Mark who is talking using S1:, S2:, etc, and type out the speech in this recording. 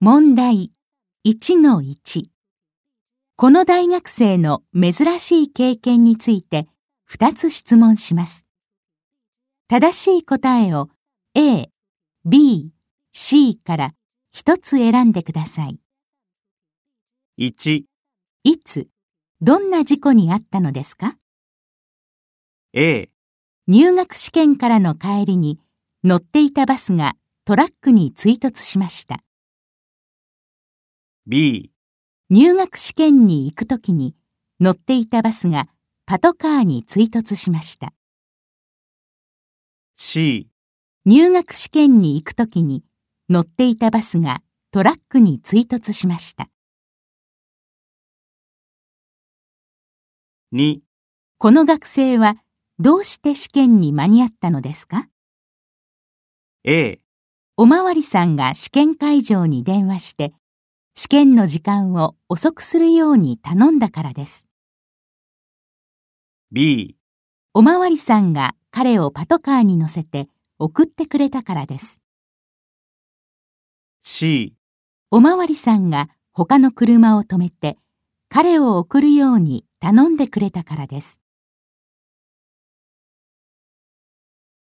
S1: 問題1-1この大学生の珍しい経験について2つ質問します。正しい答えを A、B、C から1つ選んでください。
S2: 1、
S1: いつ、どんな事故にあったのですか
S2: A、
S1: 入学試験からの帰りに乗っていたバスがトラックに追突しました。
S2: B、
S1: 入学試験に行くときに乗っていたバスがパトカーに追突しました。
S2: C、
S1: 入学試験に行くときに乗っていたバスがトラックに追突しました。
S2: 2、
S1: この学生はどうして試験に間に合ったのですか
S2: A、
S1: おまわりさんが試験会場に電話して試験の時間を遅くするように頼んだからです。
S2: B、
S1: おまわりさんが彼をパトカーに乗せて送ってくれたからです。
S2: C、
S1: おまわりさんが他の車を止めて彼を送るように頼んでくれたからです。